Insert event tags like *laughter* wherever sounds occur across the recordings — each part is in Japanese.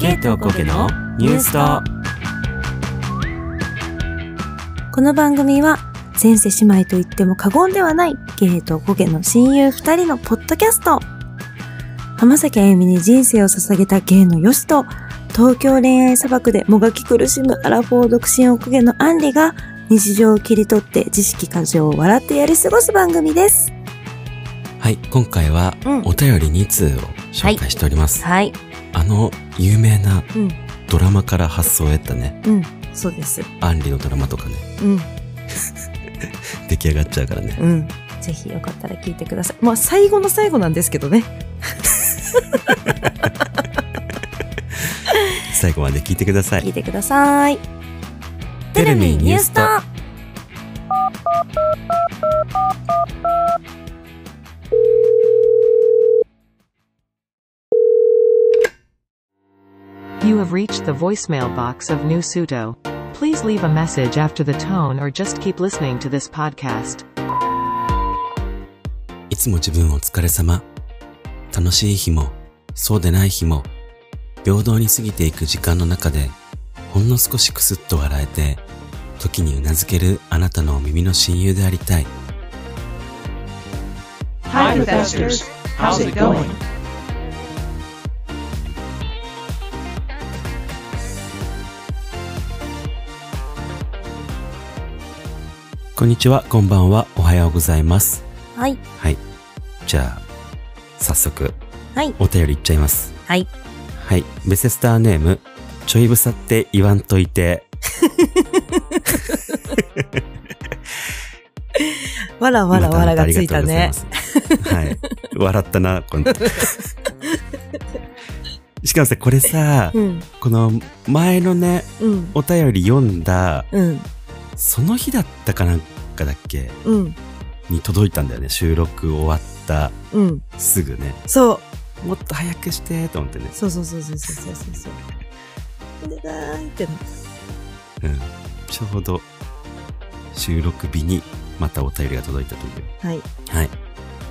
ケイトコケのニュースとこの番組は前世姉妹と言っても過言ではないゲイとゴケの親友二人のポッドキャスト浜崎あゆみに人生を捧げたゲイのヨシと東京恋愛砂漠でもがき苦しむアラフォー独身おこげのアンリが日常を切り取って知識過剰を笑ってやり過ごす番組ですはい今回はうんお便り2通を紹介しております、はいあの有名なうんドラマから発想を得たねうんそうですアンリのドラマとかねうん出来上がっちゃうからねうんぜひよかったら聞いてくださいまあ最後の最後なんですけどね最後まで聞いてくださ聞いいてくださいテレビニュースと You have reached the voicemail box of New Suto. Please leave a message after the tone or just keep listening to this podcast. いつも自分お疲れ様楽しい日もそうでない日も平等に過ぎていく時間の中でほんの少しくすっと笑えて時にうなずけるあなたのお耳の親友でありたい Hi, investors. How's it going? こんにちはこんばんはおはようございますはいはいじゃあ早速はいお便りいっちゃいますはいはいベセスターネームちょいぶさって言わんといてわらわらわらがついたね。はい。笑ったな、*laughs* この。しかもさ、これさ、うんこの前のね、うんお便り読んだ、うんその日だったかなんかだっけうんに届いたんだよね。収録終わったうんすぐね。そうもっと早くして、と思ってね。そうそうそうそうそうそうそう。でだーんってなうん。ちょうど収録日にまたお便りが届いたという。はい。はい。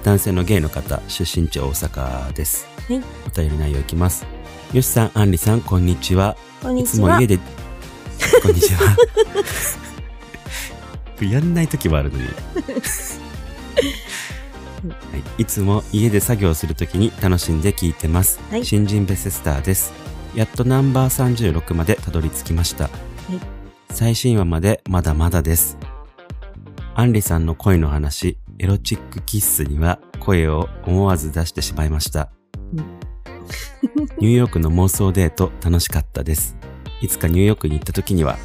男性のゲイの方、出身地大阪です。はいお便り内容いきます。よしさん、あんりさん、こんにちは。こんいにつちもは家。で、こんにちは。これやんない時もあるのに。はい、いつも家で作業するときに楽しんで聞いてます、はい新人ベセスターですやっとナンバー36までたどり着きました、最新話までまだまだですアンリさんの恋の話エロチックキッスには声を思わず出してしまいました、うニューヨークの妄想デート楽しかったですいつかニューヨークに行った時には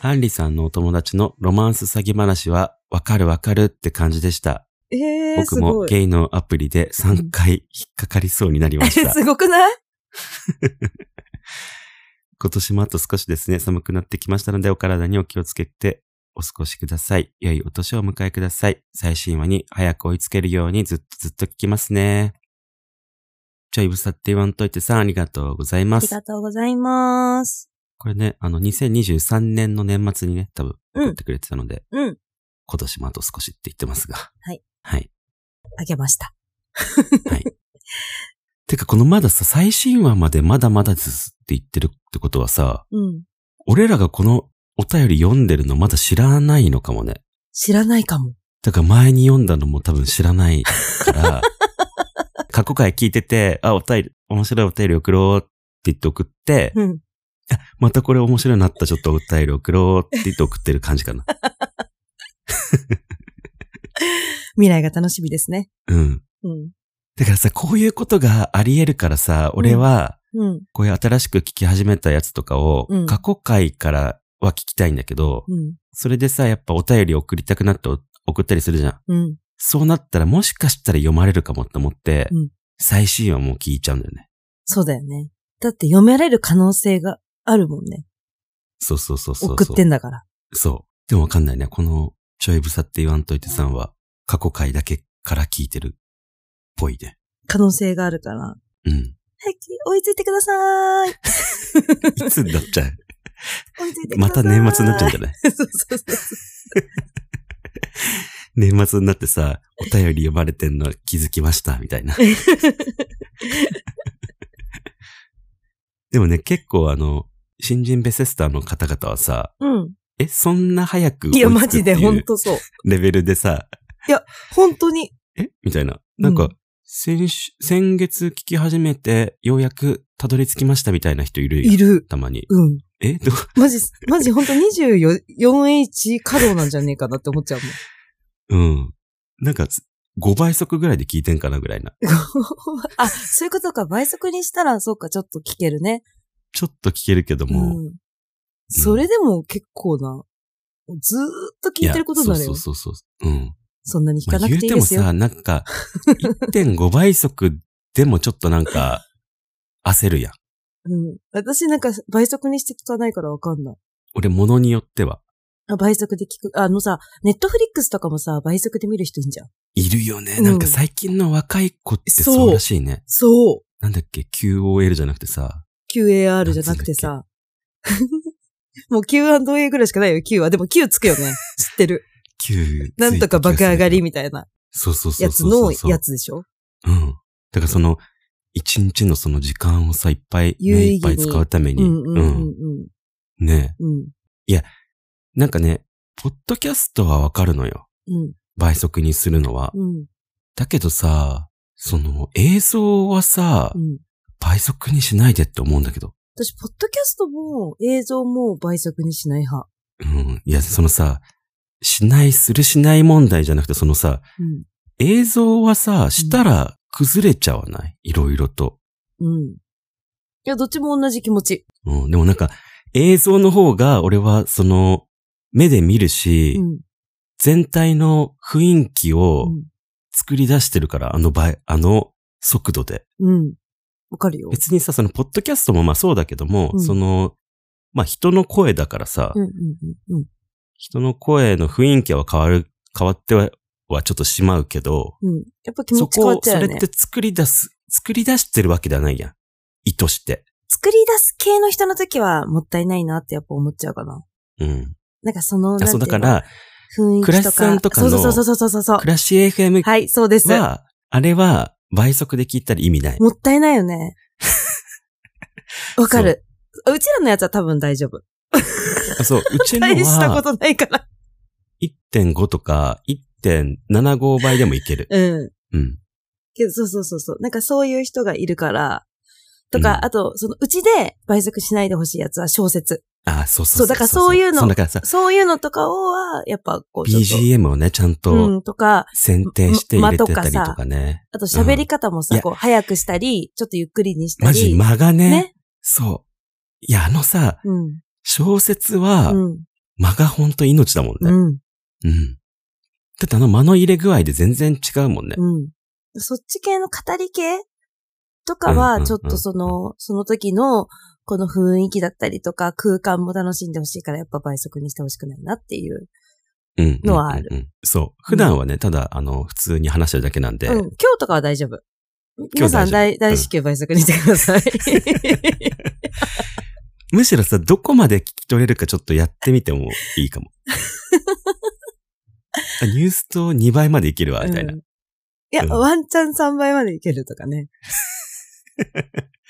アンリさんのお友達のロマンス詐欺話はわかるわかるって感じでしたえー、す僕もごい。ゲイのアプリで3回引っかかりそうになりまし *laughs* た。すごくない今年もあと少しですね、寒くなってきましたので、お体にお気をつけてお過ごしください。良いお年をお迎えください。最新話に早く追いつけるようにずっとずっと聞きますね。ちょいぶさって言わんといてさん、ありがとうございあまりすが。とうございます。これね、あの、2023年の年末にね、多分うん送ってくれてたので、うん今年もあと少しって言ってますが。はい。はい。あげました。てか、このまださ、最新話までまだまだですって言ってるってことはさ、うん。俺らがこのお便り読んでるのまだ知らないのかもね。知らないかも。だから前に読んだのも多分知らな *laughs* いから、過去回聞いてて、あ、お便り、面白いお便り送ろうって言って送って、うん。またこれ面白いなった、ちょっとお便り送ろうって言って送ってる感じかな。未来が楽しみですね。うん。うん。だからさ、こういうことがあり得るからさ、俺は、うん。こういう新しく聞き始めたやつとかをうん、過去回からは聞きたいんだけど、うん。それでさ、やっぱお便り送りたくなってお送ったりするじゃん。うん。そうなったらもしかしたら読まれるかもって思って、うん最新話もう聞いちゃうんだよね。そうだよね。だって読められる可能性があるもんね。そうそうそうそうそう。送ってんだから。そう。でもわかんないね。このちょいぶさって言わんといてさんは過去回だけから聞いてるっぽいね。可能性があるから。 *laughs* うん。はい、追いついてくださ *laughs* い。いつにな *laughs* っちゃう追いついてください。また年末になっちゃうんじゃないそうそうそう。年末になってさ、お便り読まれてんの *laughs* 気づきました、みたいな。でもね、結構あの、新人ベセスターの方々はさ、 *laughs* うん。え、そんな早く追いや、マつくジってで、いほうんとそう。レベルでさ、本当に。えみたいな。なんか、うん先週、先月聞き始めて、ようやくたどり着きましたみたいな人いるよいる。たまに。うん。えどうマジ、マジ、ほんと 24H 稼働なんじゃねえかなって思っちゃうもん。うん。なんか、5倍速ぐらいで聞いてんかなぐらいな。 *laughs* あ、そういうことか。倍速にしたら、そうか、ちょっと聞けるね。ちょっと聞けるけども、うん。それでも結構な、ずーっと聞いてることになるよ。いそやそうそうそうそう。うん。んなに聞まかなあ、く言うていいてでもすよ。さ、なんか、1.5倍速でもちょっとなんか、焦るやん。うん。私なんか倍速にして聞かないからわかんない。俺、ものによっては。あ倍速で聞く。あのさ、ネットフリックスとかもさ、倍速で見る人いんじゃん。いるよね。うんなんか最近の若い子ってそうそうらしいね。そう。なんだっけ ?QOL じゃなくてさ。 QAR じゃなくてさ。 *laughs* もう Q&A ぐらいしかないよ、Q は。でも Q つくよ *laughs* ね。知ってる。 Q。なんとか爆上がりみみたいなそうそうそうやつそうそのうそう。やつでしょうん。だからその、一日のその時間をさ、いっぱい、有目意い義にっぱい使うためうに。んうんうんうんねうん。うん。えなんかね、ポッドキャストはわかるのよ。うん。倍速にするのは。うん。だけどさ、その映像はさ、うん。倍速にしないでって思うんだけど。私、ポッドキャストも映像も倍速にしない派。うん。いや、そのさ、しない、するしない問題じゃなくて、そのさ、うん。映像はさ、したら崩れちゃわないいろいろと。うん。いや、どっちも同じ気持ち。うん。でもなんか、映像の方が、俺は、その、目で見るし、うん。全体の雰囲気をうん作り出してるから、あの倍、あの速度で。うん。わかるよ。別にさ、その、ポッドキャストもまあそうだけども、うんその、まあ人の声だからさ、うんうんうんうん。人の声の雰囲気は変わる、変わっては、はちょっとしまうけど、うん。やっぱ気そ持ち変こわっを、ちゃそうれよっねて。作り出す、作り出してるわけではないやん。意図して。作り出す系の人の時はもったいないなってやっぱ思っちゃうかな。うん。なんかその、なあんていそううのだから、雰囲クラ気とシさんか。とかそのうそうそうそうそうそうそうク。ラシ FM は、はい、そうです。もあれは倍速で聞いたら意味ない。ったいないよ *laughs* ね。わかる。うちらのやつは多分大丈夫。あそう、うちの大したこはとないから。 1.5とか1.75倍でもいける。うん。うん。けど、そうそうそうそう。なんかそういう人がいるから。とか、うんあと、その、うちで倍速しないでほしいやつは小説。あ、そうそそうそう。うだからそういうのそうだからさ、そういうのとかをは、やっぱこうちょっと、 BGM をね、ちゃんうとん、とか、選定して入れてたり間とかとかね。あと喋り方もさ、うんいやこう、早くしたり、ちょっとゆっくりにしたり。マジ間がねね。そう。いや、あのさ、うん。小説はうん。間がほんと命だもんうね。ん。うん。だってあの間の入れ具合で全然違うもんね。うん。そっち系の語り系とかうんうんうは、んちょっとその、その時の、この雰囲気だったりとか、空間も楽しんでほしいから、やっぱ倍速にしてほしくないなっていう。うんうんうんうんのはあるそう。普段はね、ただ、あの、普通に話してるだけなんで。うん。今日とかは大丈夫。皆さん今日大丈大、夫大至急倍速にしてくださ *laughs* い。むしろさ、どこまで聞き取れるかちょっとやってみてもいい *laughs* かも。あニュースと2倍までいけるわ、みたいな。うんいや、うんワンチャン3倍までいけるとかね。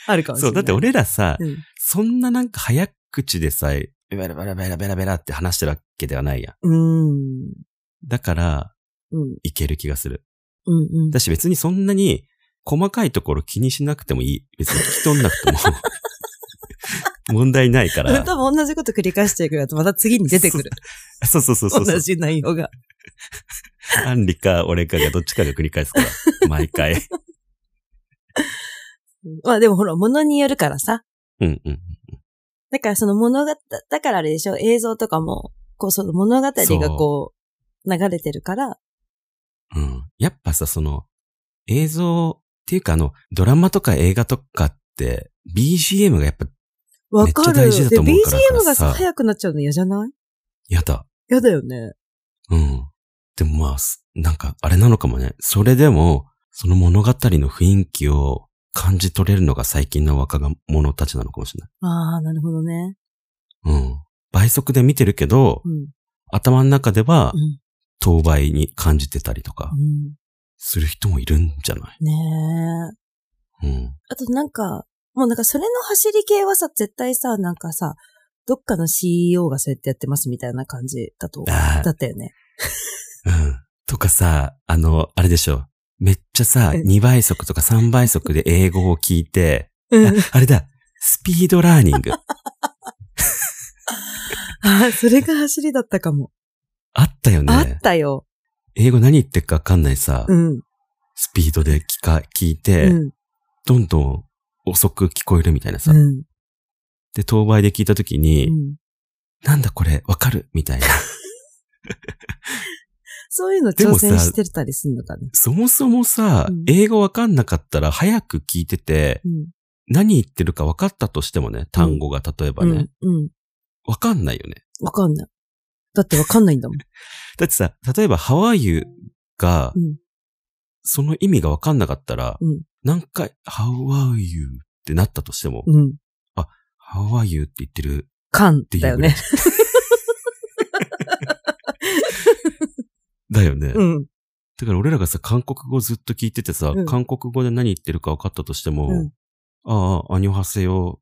あるかもしれなそう、い。だって、俺らさ、うん。そんななんか早口でさ、ベラベラベラベラベラって話してるわけではないやん。うん。だから、うん。いける気がする。うん。うん。だし別にそんなに細かいところ気にしなくてもいい。別に聞き取んなく *laughs* ても。問題ないかうん *laughs* ら。多分同じこと繰り返していくやつ、また次に出てくる。そうそうそうそうそう同。じ内容が。アンリか俺かがどっちかが繰り返すから。毎回。 *laughs* まあでもほら、物によるからさ。うんうん。だからその物が、だだからあれでしょ、映像とかも、こうその物語がこう、流れてるから、うん。やっぱさ、その、映像っていうかあの、ドラマとか映画とかって、BGM がやっぱわかめる。っちゃ大事だで、と思うから BGM がさ、さ早くなっちゃうの嫌じゃない嫌だ。嫌だよね。うん。でもまあ、すなんかあれなのかもね。それでも、その物語の雰囲気を感じ取れるのが最近の若者たちなのかもしれああ、なるほどね。ない。うん。倍速で見てるけど、うん。頭の中ではうん。当倍に感じてたりとかうんする人もいるんじゃないねえ。うん。あとなんか、もうなんかそれの走り系はさ、絶対さ、なんかさ、どっかの CEO がそうやってやってますみたいな感じだと、あだったよね。あ、うん。とかさ、あの、あれでしょ。めっちゃさ、うん2倍速とか3倍速で英語を聞いて、うあん。あれだ、スピードラーニング。あ、それが走りだったかも。あったよね。あったよ。英語何言ってるかわかんないさ、うん。スピードで聞か、聞いて、うん。どんどん遅く聞こえるみたいなさ。うん。で、当倍で聞いたときうに、ん。なんだこれ、わかるみたいな。そういうので挑もさ戦してたりするのかね。そもそもさ、うん英語わかんなかったら早く聞いてて、うん。何言ってるかわかったとしてもね、単語が例えばね、わ、うん。うん。かんないよね。わかんない。だってわかんないんだもん。だってさ、例えばハワイユが、うんその意味がわかんなかったら、うん何回、ハワイユってなったとしても、うん。ハワイユって言ってるかんっていうだよぐらいね。 *laughs* だよね。うん。だから俺らがさ、韓国語ずっと聞いててさ、うん韓国語で何言ってるか分かったとしても、うんああ、アニョハセヨ、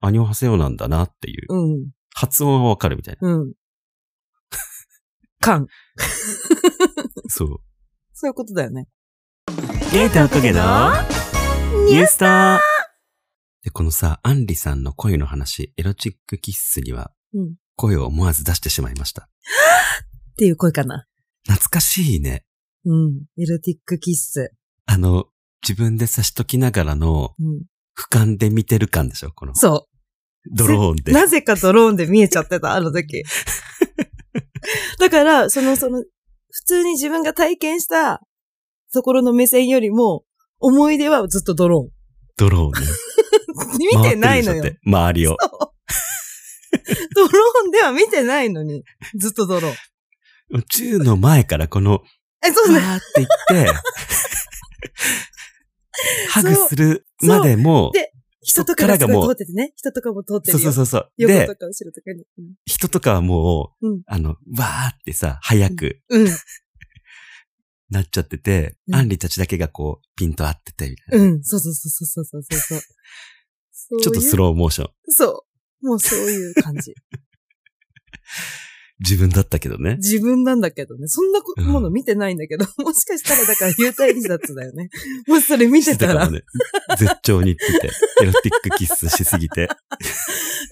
アニョハセヨなんだなっていう、うん。発音は分かるみたいな。うん。かん。そう。そういうことだよね。ゲータおかげのニュースターで、このさ、アンリさんの恋の話、エロチックキッスには、うん声を思わず出してしまいました。っていう声かな。懐かしいね。うん。エロティックキッス。あの、自分で差しときながらの、うん。俯瞰で見てる感でしょこの、そドローンう。で。なぜかドローンで見えちゃってた、あの *laughs* 時。だから、その、その、普通に自分が体験したところの目線よりも、思い出はずっとドロドローンね。ーン。見てないのよ。回ってるでしょって周りを。 *laughs* ドローンでは見てないのに、ずっとドローン。宇宙の前からこの、え、そうわね。ーって言 *laughs* って、ハグするまでも、で人とか *laughs* そっがかすらがごいも通うっててね。人とかも通ってそるうそよ。うそうそう。横でと、か後ろとかに。人とかはもう、うんあの、わーってさ、早くうん。なっちゃってて、うんアンリたちだけがこう、ピンと合ってて、みたいな。うん。そうそうそうそうそうそうそう。そうちょっとスロローモーション。ー。そう。もうそういう感じ。自分だったけどね。自分なんだけどね。そんなこうんもの見てないんだけど、もしかしたらだから幽体離脱だよね。もしそれ見てたからも、ね。絶頂に行ってて、エロティックキスしすぎて。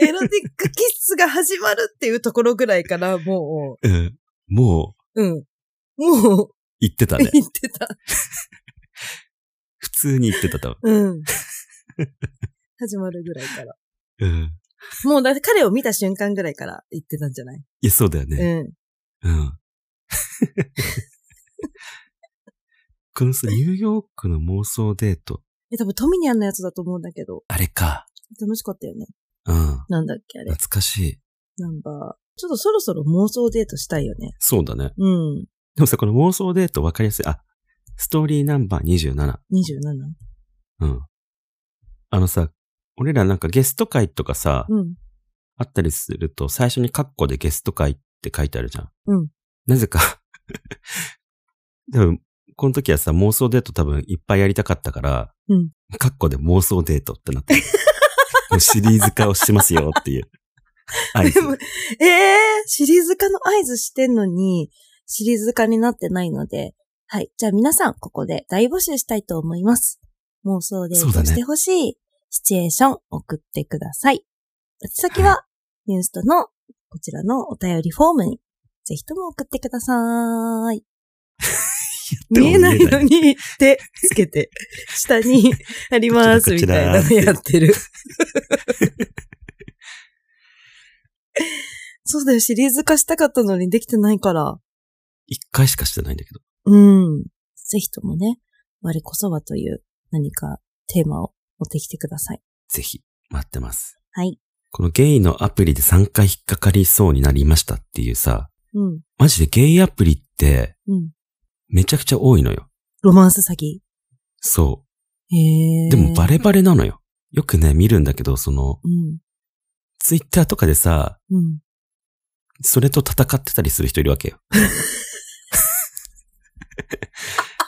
エロティックキッスが始まるっていうところぐらいから、もうん。もう、う、うん。もう、行ってた言ね *laughs* っ。てた。普通に行ってた、多分。 *laughs* うん。始まるぐらいから。うん。もうだって彼を見た瞬間ぐらいから言ってたんじゃないいや、そうだよね。うん。うん。このさ、ニューヨークの妄想デート、え、多分トミニャンのやつだと思うんだけど、あれか。楽しかったよね。うん。なんだっけあれ。懐かしい。ナンバー。ちょっとそろそろ妄想デートしたいよね。そうだね。うん。でもさ、この妄想デートわかりやすい。あ、ストーリーナンバー27。 27? うん。あのさ、俺らなんかゲスト会とかさ、うん。あったりすると、最初にカッコでゲスト会って書いてあるじゃん。うん。なぜか。多分、この時はさ、妄想デート多分いっぱいやりたかったから、うん。カッコで妄想デートってなっ *laughs* てる。もうシリーズ化をしてますよっていう。合図でもええー、シリーズ化の合図してんのに、シリーズ化になってないので、はい。じゃあ皆さん、ここで大募集したいと思います。妄想デーそうだトねしてほしい、シチュエーション送ってください。宛先は、ニュースとの、こちらのお便りフォームに、ぜひとも送ってください。 *laughs* 言っても見えないのに、ってつけて、下にあります、みたいなのやってる。そうだよ、シリーズ化したかったのにできてないから。一回しかしてないんだけど。うん。ぜひともね、我こそはという何かテーマを持ってきてください。ぜひ、待ってます。はい。このゲイのアプリで3回引っかかりそうになりましたっていうさ、うん。マジでゲイアプリってうん。めちゃくちゃ多いのよ。ロマンス詐欺。そへう。え。でもバレバレなのよ。よくね、見るんだけど、その、うん。ツイッターとかでさ、うん。それと戦ってたりする人いるわけ *laughs* よ。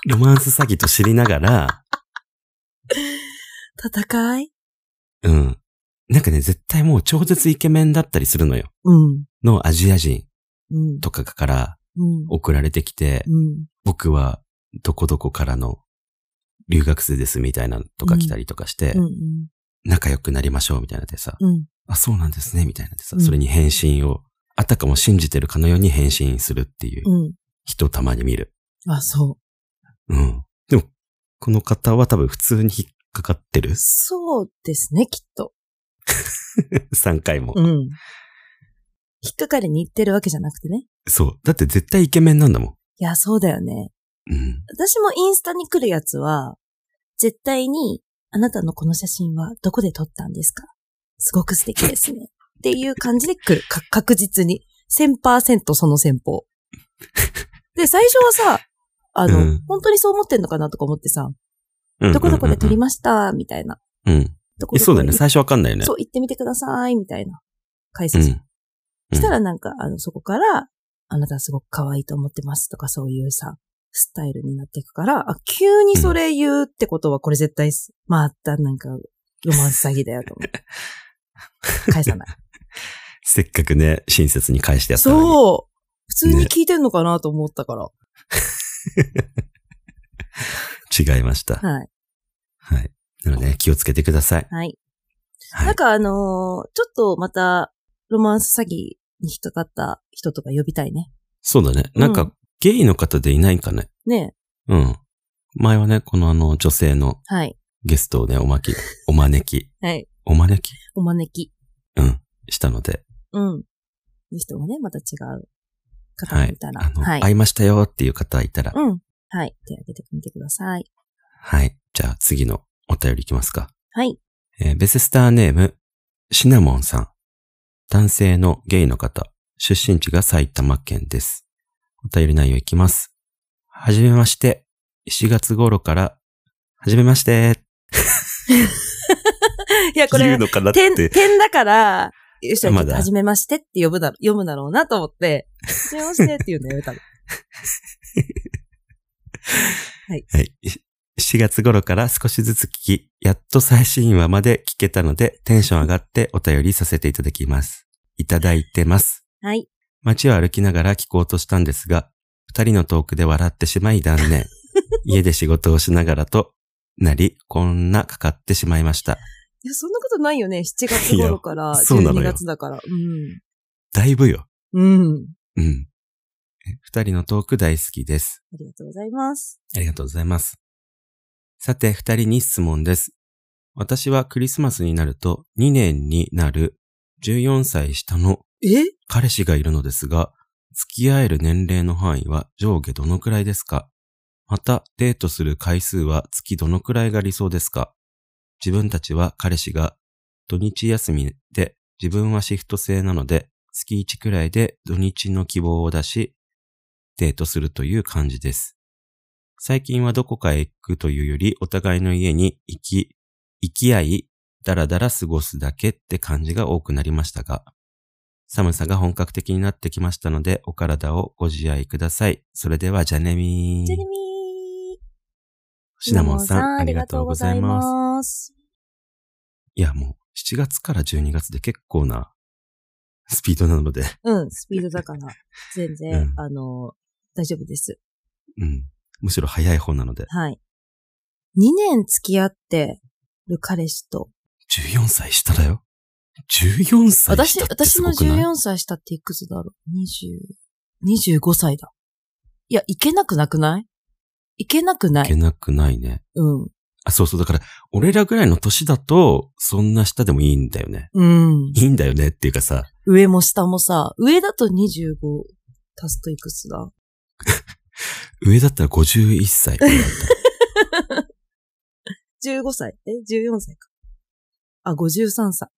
ロマンス詐欺と知りながら、戦いうん。なんかね、絶対もう超絶イケメンだったりするのよ。うん。のアジア人うん。とかからうん。送られてきて、うん。僕はどこどこからの留学生ですみたいなのとか来たりとかして、うん。仲良くなりましょうみたいなのでさ、うん。あ、そうなんですねみたいなのでさ、うんそれに返信を、あたかも信じてるかのように返信するっていううん。人をたまに見る。あ、そう。。うん。でも、この方は多分普通に引っかかってる *laughs* そうですね、きっと。 3回も。うん。引っかかりに行ってるわけじゃなくてね。そう。だって絶対イケメンなんだもいや、そうだよね。ん。うん。私もインスタに来るやつは、絶対に、あなたのこの写真はどこで撮ったんですかすごく素敵ですね。っていう感じで来る。か確実に。1000%その戦法。で、最初はさ、あの、うん本当にそう思ってんのかなとか思ってさ、うんどこどこで撮りました、みたいな。うんうんうん。どこどこえそうだよね。最初わかんないよね。そう、行ってみてください、みたいな。解うん。説。うんしたらなんか、あの、そこから、あなたはすごく可愛いと思ってますとか、そういうさ、スタイルになっていくから、あ、急にそれ言うってことは、これ絶対す、またなんか、ロマンス詐欺だよと思って。 *laughs* 返さない。せっかくね、親切に返してやったのに。そう普通に聞いてんのかなと思ったから。違いました。はい。はい。なので、気をつけてください。はい。はなんい。かあのーちょっとまた、ロマンス詐欺に引っかかった人とか呼びたいね。そうだね。うんなんか、ゲイの方でいないんかね。ねうん。前はね、このあの、女性のえ。はい。ゲストをね、おまき、お招き、はい。お招き、お招き。うん、したので、うん。いう人もね、また違う方はがいいた。ら。あの、会いましたよっていう方いたら、うん。はい。手を挙げてみてください。はい。じゃあ、次のお便りいきますか。はい。えーベセスターネーム、シナモンさん。男性のゲイの方、出身地が埼玉県です。お便り内容いきます。はじめまして。7月頃から、はじめまして。 *laughs* いや、こ言うれ、のかなっ点、て。点だから、よし、まはだじめましてって呼ぶだろ、読むだろうなと思って、はじめましてっていうのやめた *laughs* の。はい。4月頃から少しずつ聞き、やっと最新話まで聞けたので、テンション上がってお便りさせていただきます。いただいてます。はい。街を歩きながら聞こうとしたんですが、二人のトークで笑ってしまい断念。家で仕事をしながらとなり、こんなかかってしまいました。いや、そんなことないよね。7月頃から、そうなの12よ月だから。うん。だいぶよ。うん。うん。え二人のトーク大好きです。ありがとうございます。ありがとうございます。さて、二人に質問です。私はクリスマスになると2年になる14歳下のえ彼氏がいるのですが、付き合える年齢の範囲は上下どのくらいですかまた、デートする回数は月どのくらいが理想ですか自分たちは彼氏が土日休みで自分はシフト制なので、月1くらいで土日の希望を出し、デートするという感じです。最近はどこかへ行くというより、お互いの家に行き、行き合い、だらだら過ごすだけって感じが多くなりましたが、寒さが本格的になってきましたので、お体をご自愛ください。それでは、じゃねみジェレー。ミー。シナモンさん、ありがとうございありがとうまごす。ざいます。いや、もう、7月から12月で結構な、 *laughs* スピードなので、うん、スピードだから、全うん然、あの、大丈夫です。うん。むしろ早い方なので、はい。2年付き合ってる彼氏と、 14歳下だよ。14歳私、下って私すのごくない14歳下っていくつだろう ?20、25歳だ。いや、いけなくなくないいけなくないけいなくないね。うん。あ、そうそう。だから、俺らぐらいの年だと、そんな下でもいいんだよね。うん。いいんだよねっていうかさ、上も下もさ、上だと25足すといくつだ上だったら51歳。 ?15 歳え ?14 歳か。あ、53歳。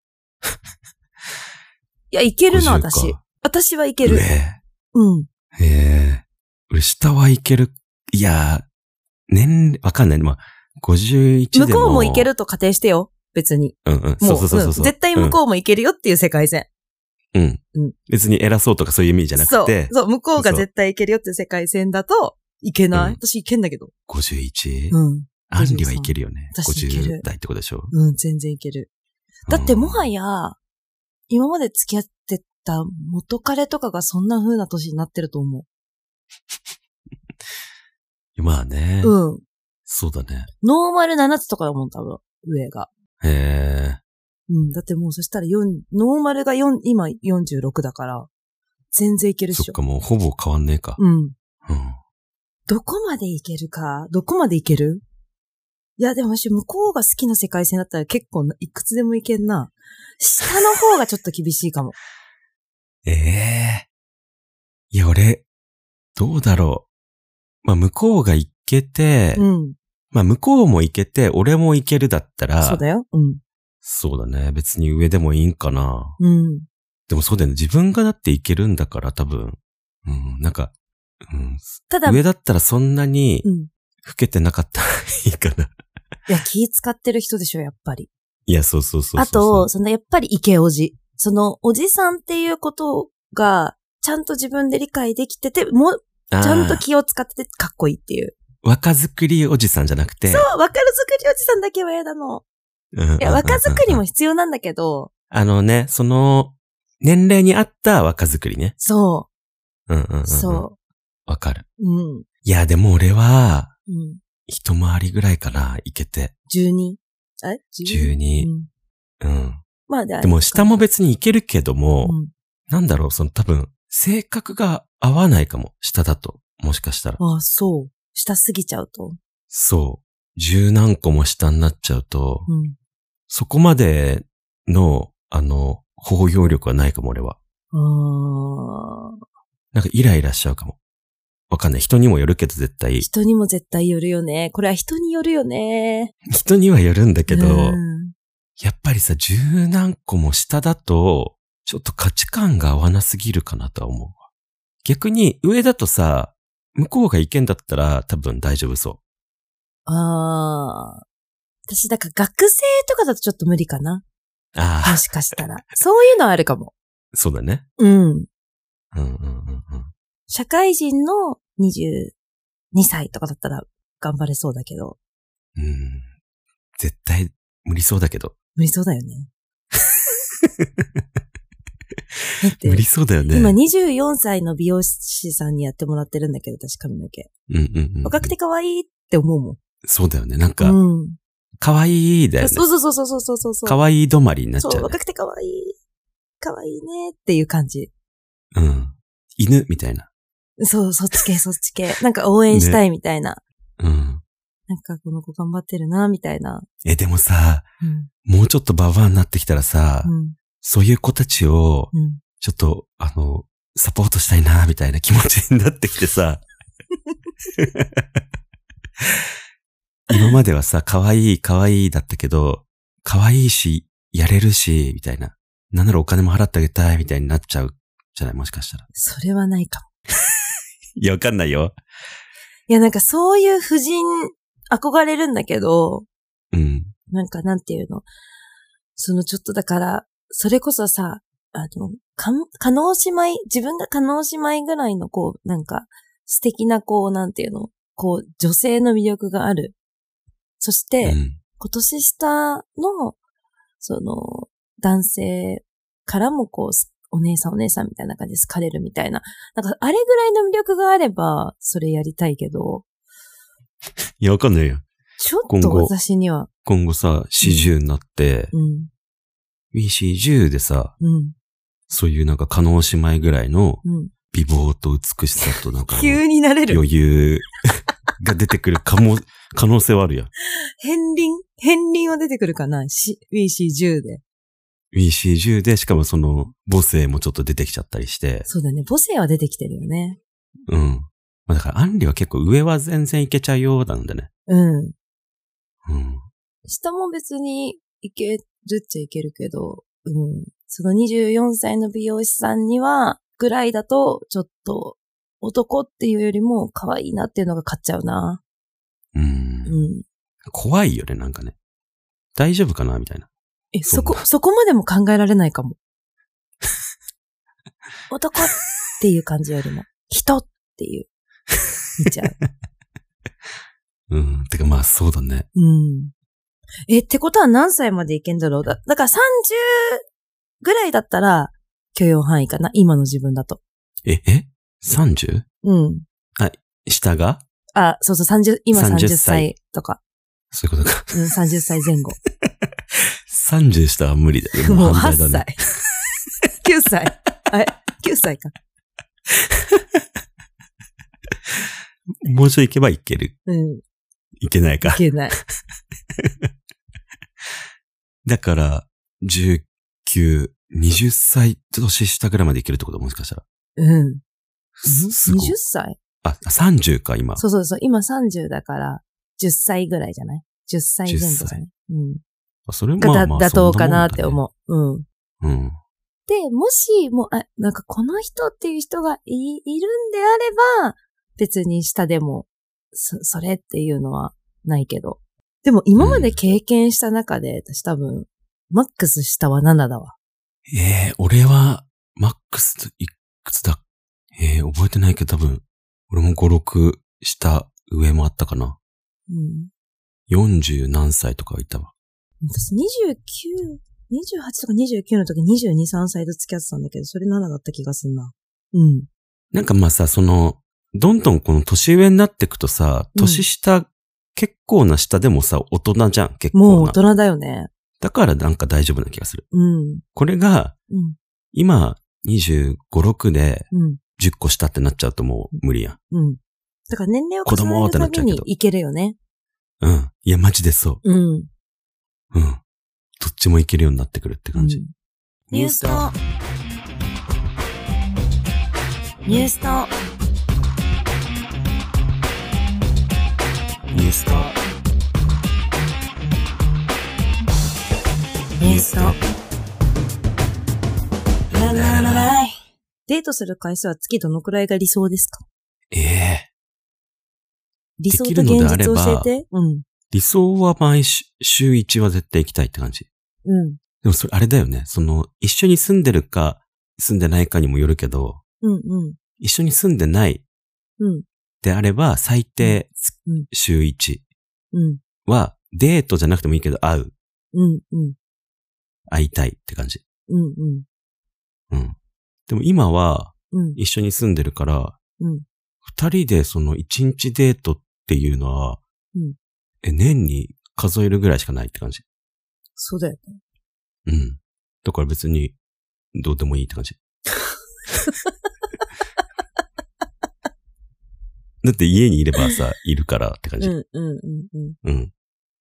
*laughs* いや、いけるな、 50か私。私はいけ上。る。へうん。え。俺、下はいける。いやー、年齢、わかんない。まあ、51向でも。こうもいけ。ると仮定してよ。別に。うんうん。もそううそうそうそう。ん絶対向こうもいけるよっていう世界線。うん。うん。うん別に偉そうとかそういう意味じゃなくて、そう、そう、向こうが絶対いけるよっていう世界線だと、いけない、うん私いけんだけど。 51、うん。アンリはいけるよね。私いける50代ってことでしょうん、全然いける。だってもや、はや、今まで付き合ってた元彼とかがそんな風な年になってると思まあねう。。うん。そうだね。ノーマル7つとかだもん、多分。上が。へえ。うん。だってもうそしたら4、ノーマルが4、今46だから、全然いけるっそしょ。っか、もうほぼ変わんねえか。うん。うん。どこまでいけるか、どこまでいけるいや、でも私、向こうが好きな世界線だったら結構ないくつでもいけんな。下の方がちょっと厳しいか *laughs* も。ええいや、俺、どうだろう。まあ、向こうが行けて、うん。まあ、向こうも行けて、俺も行けるだったら、そうだよ。うん。そうだね。別に上でもいいんかな。うん。でもそうだよね。自分がだって行けるんだから、多分。うん、なんか、うん、ただ、上だったらそんなにうん。老けてなかったらいいかな。 *laughs* いや、気使ってる人でしょ、やっぱり。いや、そうそうそうそうあと、その、やっぱりイケおじ。その、おじさんっていうことが、ちゃんと自分で理解できてて、も、ちあーゃんと気を使ってて、かっこいいっていう。若作りおじさんじゃなくて。そあ若作りおじさんだけは嫌だの。ういん。や、若作りうんうんうんうもん。必要なんだけど、あのね、その、年齢に合った若作りね。そうんうんうんうん。う、そわかる。う、うん、いや、でも俺は、うん、一回りぐらいかな、行けて。 12。え ?12。 12。うんうん。まあ、ででも下も別に行けるけども、うん。なんだろう、その多分、性格が合わないかも、下だと。もしかしたら。ああ、そう。下すぎちゃうと。そう。十何個も下になっちゃうと、うん。そこまでの、あの、包容力はないかも、俺は。ああ。なんかイライラしちゃうかも。わかんない。人にもよるけど、絶対。人にも絶対よるよね。これは人によるよね。人にはよるんだけど、うんやっぱりさ、十何個も下だと、ちょっと価値観が合わなすぎるかなとは思うわ。逆に、上だとさ、向こうが意見だったら多分大丈夫そああ。私、だから学生とかだとちょっと無理か *laughs* な。う。あもあ、しかしたら。そういうのはあるかも。そうだね。うん。うんうんうんうん。社会人の22歳とかだったら頑張れそうだけど、うん。絶対無理そうだけど。無理そうだよね。 *laughs* だって無理そうだよね。今24歳の美容師さんにやってもらってるんだけど、私髪の毛。うんうんうん。若くて可愛いって思うもん。そうだよね。なんか、うん。可愛いだよね。そうそうそうそうそうそうそう。可愛い止まりになっちそゃう、う、ね若。くて可愛い。可愛いねっていう感じ。うん。犬みたいな。そう、そっ *laughs* ち系、そっち系。なんか応援したいみたいな。うん。なんかこの子頑張ってるな、みたいな。え、でもさ、うん。もうちょっとババアになってきたらさ、うん。そういう子たちを、うん。ちょっと、あの、サポートしたいな、みたいな気持ちになってきて *laughs* さ。今まではさ、可愛い可愛いだったけど、可愛いし、やれるし、みたいな。なんならお金も払ってあげたい、みたいになっちゃうじゃないもしかしたら。それはないかも。いや、わかんないよ。いや、なんかそういう婦人、憧れるんだけど、うん。なんかなんていうの。そのちょっとだから、それこそさ、あの、かん、可能姉妹、自分が可能姉妹ぐらいのこう、なんか、素敵なこう、なんていうの、こう、女性の魅力がある。そしうて、ん。今年下の、その、男性からもこう、すお姉さんお姉さんみたいな感じで好かれるみたいな。なんか、あれぐらいの魅力があれば、それやりたいけど、いや、わかんないよ。ちょっ今と後私には、今後さ、四十になって、うん、 40でさ、うん、そういうなんか、可能姉妹ぐらいのうん。美貌と美しさとなんか、急になれる。余裕が出てくるか *laughs* も、可能性はあるやん。片鱗片鱗は出てくるかなし ?VC10 で。 WC10 で、しかもその、母性もちょっと出てきちゃったりして、そうだね。母性は出てきてるよね。うん。まあ、だから、アンリは結構上は全然いけちゃうようなんだね。うん。うん。下も別にいけるっちゃいけるけど、うん。その24歳の美容師さんには、ぐらいだと、ちょっと、男っていうよりも可愛いなっていうのが勝っちゃうな。うん。うん。怖いよね、なんかね。大丈夫かなみたいな。え、そそうこ、そこまでも考えられないかも。 *laughs* 男っていう感じよりも、人っていう、見ちゃう。うん。てかまあそうだね。うん。え、ってことは何歳までいけんだろうだ、だから30ぐらいだったら許容範囲かな今の自分だと。え、え ?30? うん。下があ、そうそう、30、今30 30歳歳とか。そういうことか。うん、30歳前 *laughs* 後。 30下は無理だよ。もう犯罪8だね歳。。9歳。 *laughs* あえ、9歳か。もうちょい行けばいける。うん、いいけないか。けない。だから、19、20歳年下ぐらいまでいけるってこともしかしたら。うん。すす20ごい。歳あ、30か、今。そうそうそう。今30だから、10歳ぐらいじゃない ?10 歳前後じゃないうん。それもがまだ、あまあ、妥当かなってそんなもん思う。うん。だね。うん。で、もし、もう、あ、なんかこの人っていう人がい、いるんであれば、別に下でも、そ、それっていうのはないけど。でも今まで経験した中で、私多分、マックス下は7だわ。ええ俺は、マックスいくつだええ覚えてないけど多分、俺も5、6下、上もあったかな。うん。 40何歳とかいたわ。私29、28とか29の時22、3歳と付き合ってたんだけど、それ7だった気がすんな。うん。なんかまあさ、その、どんどんこの年上になっていくとさ、うん年下、結構な下でもさ、大人じゃん、結も構うな大。人だよね。だからなんか大丈夫な気がする。うん。これが、うん。今、25、6でうん。 10個下ってなっちゃうともう無理やん。うん。だから年齢を重ねるたびにいけるよね。うん。いや、マジでそうん。う。うん。どっちもいけるようになってくるって感じ。ニュースと、ニュースと、ニュースと、ニュースと、ラララライデートする回数は月どのくらいが理想ですかええ理想できとるのであ現れ実ばを教えて。うん。理想は毎週、週1は絶対行きたいって感じ。うん。でもそれあれだよね。その、一緒に住んでるか、住んでないかにもよるけど、うん。うん。一緒に住んでないうん。であれば、最低うん、週1うん。は、デートじゃなくてもいいけど、会う、うん。うん。会いたいって感じ。うん。うん。うん。でも今は、うん。一緒に住んでるから、うん二人でその一日デートっていうのは、うんえ年に数えるぐらいしかないって感じ。そうだよ。うん。だから別に、どうでもいいって *laughs* 感じ。だって家にいればさ、いるからって感うじ。ん。うん。うん。うん。うん。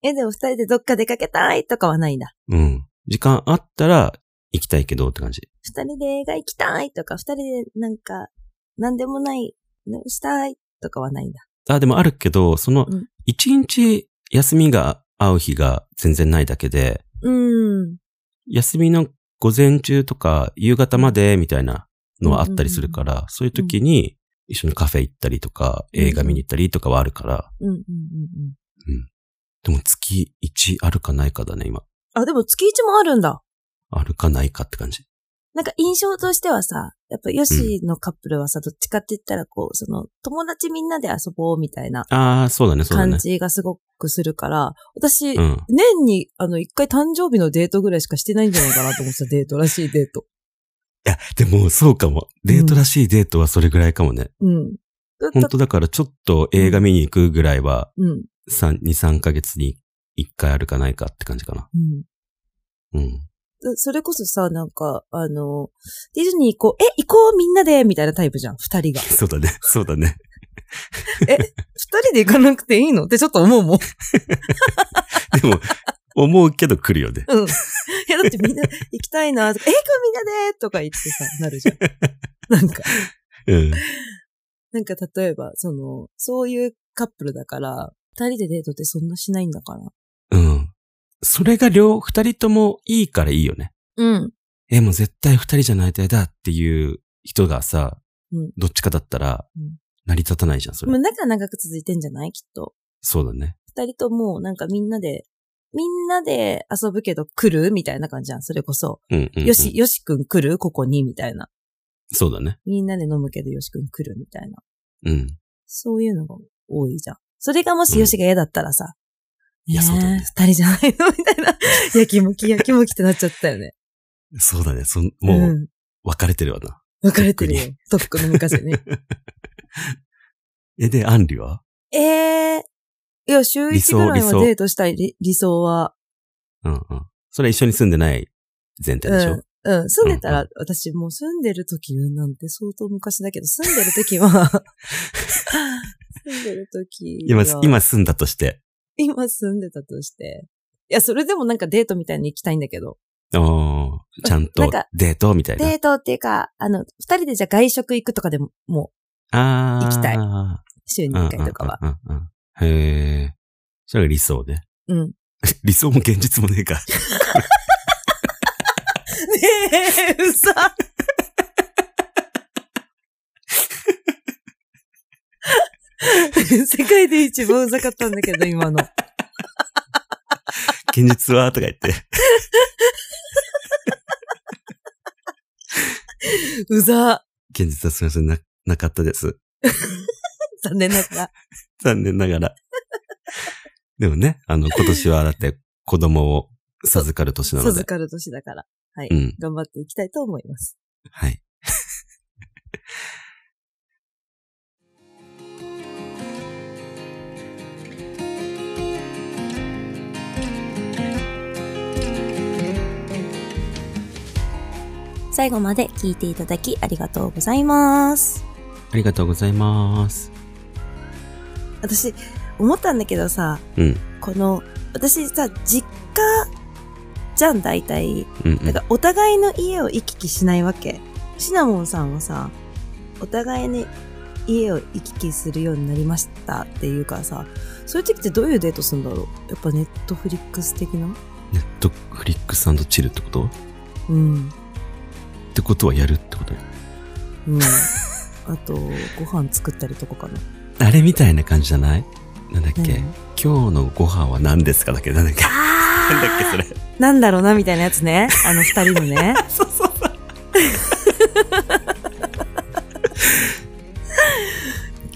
え、でも二人でどっか出かけたいとかはないんだ。うん。時間あったら行きたいけどって感じ。二人で映画行きたいとか、二人でなんか、なんでもない、なんかしたいとかはないんだ。あ、でもあるけど、そのうん、一日休みが合う日が全然ないだけで、うん。休みの午前中とか夕方までみたいなのはあったりするから、そういう時に一緒にカフェ行ったりとか、うん映画見に行ったりとかはあるから、うん、うん、うん、うん。でも月1あるかないかだね、今。あ、でも月一もあるんだ。あるかないかって感じ。なんか印象としてはさ、やっぱヨシのカップルはさ、どっちかって言ったらこう、その、友達みんなで遊ぼうみたいなああ、そうだね、そうだ感ね。じがすごくするから、私、うん。年に、あの、一回誕生日のデートぐらいしかしてないんじゃないかなと思ってた、デートらしいデート。いや、でもそうかも。デートらしいデートはそれぐらいかもね。うん。だっ本当だからちょっと映画見に行くぐらいは、うん。 3、2、3ヶ月に1回あるかないかって感じかな。うん。うん。。だそれこそさ、なんか、あの、ディズニー行こう。え、行こうみんなでみたいなタイプじゃん、二人がそうだね、そうだね。二人で行かなくていいのってちょっと思うもん。で *laughs* も、思うけど来るよね。うん。いや、だってみんな行きたいなとか、え、今日みんなでとか言ってさ、なるじゃん。なんか、うん。なんか例えば、その、そういうカップルだから、二人でデートってそんなしないんだから。うん。それが両、二人ともいいからいいよね。うん。え、もう絶対二人じゃないと嫌だっていう人がさ、うんどっちかだったらうん、成り立たないじゃん、そでれ。もだから長く続いてんじゃないきっと。そうだね。二人とも、なんかみんなで、みんなで遊ぶけど来るみたいな感じじゃん、それこそ。うんうん、うん。よし、よしくん来るここにみたいな。そうだね。みんなで飲むけどよしくん来るみたいな。うん。そういうのが多いじゃん。それがもうしんよしが嫌だったらさ、いや、そうだね。二人じゃないのみたい *laughs* な。やきもき、やきもきってなっちゃったよね。そうだね。そんもう、ん、別れてるわな。分かれてるよ。とっくの昔 *laughs* ね。え、で、アンリはええいや、週理一想ぐらいは理想デートしたい、理理想は。うんうん。それは一緒に住んでない前提うでしん。ょ、うん。住んでたら、うん私もう住んでる時なんて相当昔だけど、住んでる時 *laughs* は、住んでる時今はす、今住んだとして。今住んでたとして。いや、それでもなんかデートみたいに行きたいんだけど。おーちゃんなとんかデートみたいな。デートっていうか、あの、二人でじゃあ外食行くとかでも、もああ。行きたいうんう、週にうん一回とかは。うんうんうんへえ。それが理想ね。うん。ね理想も現実もねえ *laughs* か。え、う *laughs* さ。世界で一番うざかったんだけど、今の。現実はとか言って。うざ。現実はすみません、な、なかったです。残念ながら。残念ながら。でもね、あの、今年はだって子供を授かる年なの授で。かる年だから。はい。うん頑張っていきたいと思います。はい。最後まで聞いていただきありがとうございます。ありがとうございます。私、思ったんだけどさ、うん。この、私さ、実家じゃん、大体。うん、うだん。から、お互いの家を行き来しないわけ。シナモンさんはさ、お互いに家を行き来するようになりましたっていうからさ、そういう時ってどういうデートするんだろうやっぱネットフリックス的なネットフリックスチルってことっ *laughs* うん。てことはやるってことうん。あと、ご飯作ったりとかかな。あれみたいな感じじゃないなんだっけ、何今日のご飯は何ですかだっけなんだっけなんだっけそれ。なんだろうなみたいなやつね。あの二人のね。 *laughs* そうそうそう。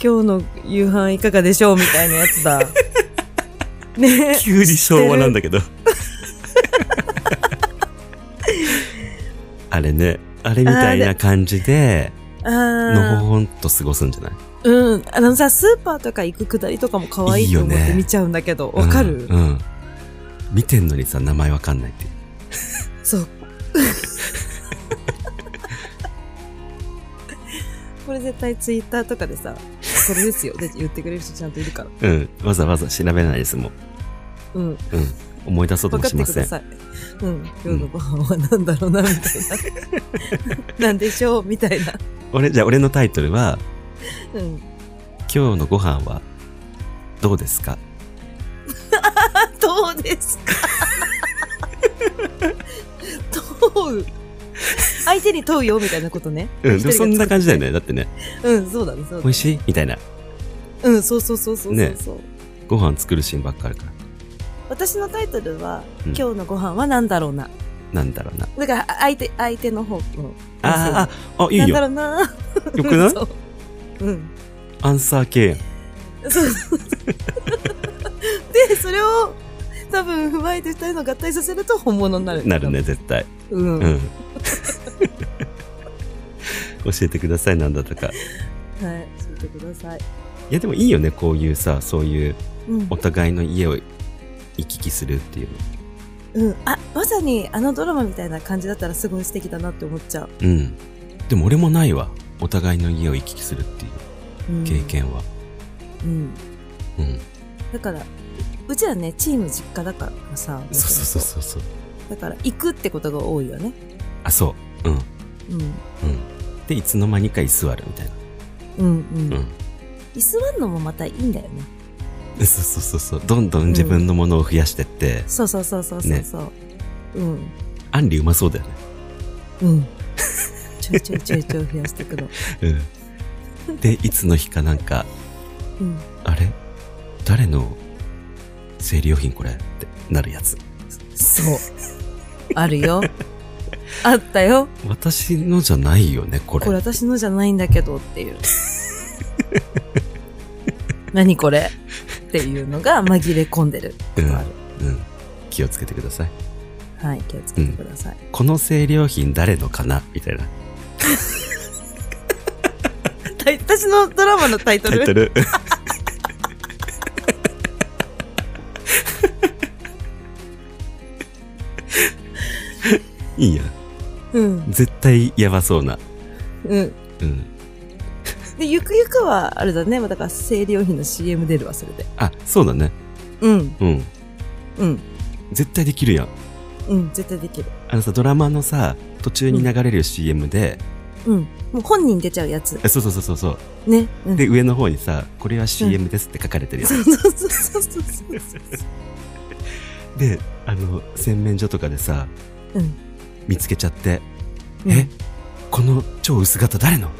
今日の夕飯いかがでしょうみたいなやつ *laughs* だ。ね急に昭和なんだけど。 *laughs* あれね、あれみたいな感じで、のあほほんと過ごすんじゃないーうん。あのさ、スーパーとか行くくだりとかも可愛いと思いいっよてね見ちゃうんだけど、わかる、うん、うん見てんのにさ、名前わかんないっていう。 *laughs* そう。これ絶対ツイッターとかでさ、これですよって言ってくれる人ちゃんといるから。うん。わざわざ調べないですもん。うん。思い出そうと分かっもしてくだません。さい。うん。今日のご飯は何だろうな、みたい *laughs* な。なんでしょうみたいな。俺、じゃあ俺のタイトルは、うん。今日のご飯はどうですかどうですか問う相手に問うよみたいなことね。うん、一で人もがそんな感じだよね。だってね、うん、そうだね、そうだ美味ね。しいみたいな。うん、そうそうそうそうそうねそう。ご飯作るシーンばっかあるから。私のタイトルは、うん今日のご飯は何だろうな。なんだろうな。だから、あ相手、相手の方も。あーあ、あ、いいなんだろよ。うな。よくない *laughs* そううん。アンサー系やん。そうそうそうで、それを、多分踏まえて二人の合体させると本物になる。なるね、。絶対。うん。うん。 *laughs* 教えてください、なんだとか。はい。教えてください。いや、でもいいよね、こういうさ、そういううんお。互いの家を行き来するっていうの。うん、あまさにあのドラマみたいな感じだったらすごい素敵だなって思っちゃう、うん。でも俺もないわ。お互いの家を行き来するっていううん経、験は。うん、うん。だからううちらねチーム実家だからさそうそうそうそう。だから行くってことが多いよねあ、そう。うん。うんうん。で、いつの間にか居座るみたいな。うんうん、うん。居座るのもまたいいんだよねそうそうそうそう。どんどん自分のものを増やしてって、そうそうそうそうそうそう、うんアンリうまそうだよね。うん *laughs* ちょいちょいちょいちょい増やしてくのうん。で、いつの日かなんか、うんあれ誰の生理用品これってなるやつ。そうあるよあったよ私のじゃないよね、これ。これ私のじゃないんだけどっていう *laughs* 何これっていうのが紛れ込んでる。うん、うん。気をつけてください。はい、気をつけてください。この清涼品誰のかなみたいな。た私のドラマのタイトタル *laughs* イトル。いいや。うん、絶対やばそうな。うん。うん。で、ゆくゆくは、あれだね、だから生理用品の CM 出るわ、それで。あ、そうだね。うん、うん。うん、絶対できるやん。うん、絶対できる。あのさ、ドラマのさ、途中に流れる CM で、うん。もう本人出ちゃうやつ。えそうそうそうそうそう。ね。うん、 *laughs* で、上の方にさ、これは CM ですって書かれてるやつ。そうそうそうそうそう。で、あの、洗面所とかでさ、うん見つけちゃって、うんえこの超薄型 *laughs* 誰の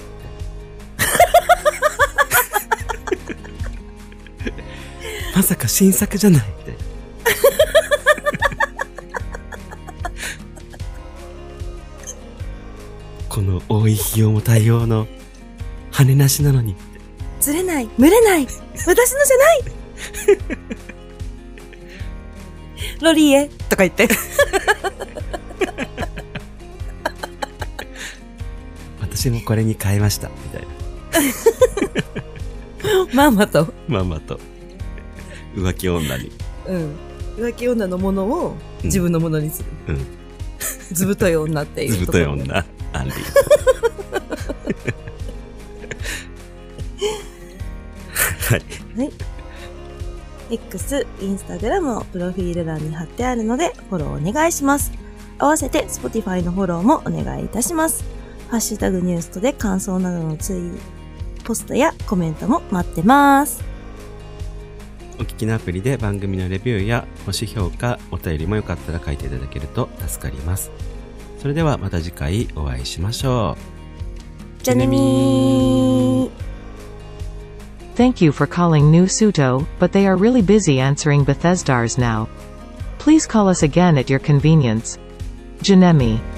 まさか新作じゃ *laughs* ないみたいな。この多い費用も対応の羽なしなのにずれない、群れない、私のじゃない *laughs* ロリエとか言 *laughs* って。私もこれに変えましたみたいなまんまと。まんまと浮気女にうん。浮気女のものをん自分のものにする。うんずぶとい女っていう。ずぶとい。女アンリ X、インスタグラムをプロフィール欄に貼ってあるので、フォローお願いします。合わせて Spotify のフォローもお願いいたします。ハッシュタグニュースとで感想などのツイポストやコメントも待ってます。 *laughs* お聞きのアプリで番組のレビューや星評価、お便りもよかったら書いていただけると助かります。それではまた次回お会いしましょじゃあねみー。 Thank you for calling New Suto, but they are really busy answering Bethesdars now. Please call us again at your convenience. Janemi.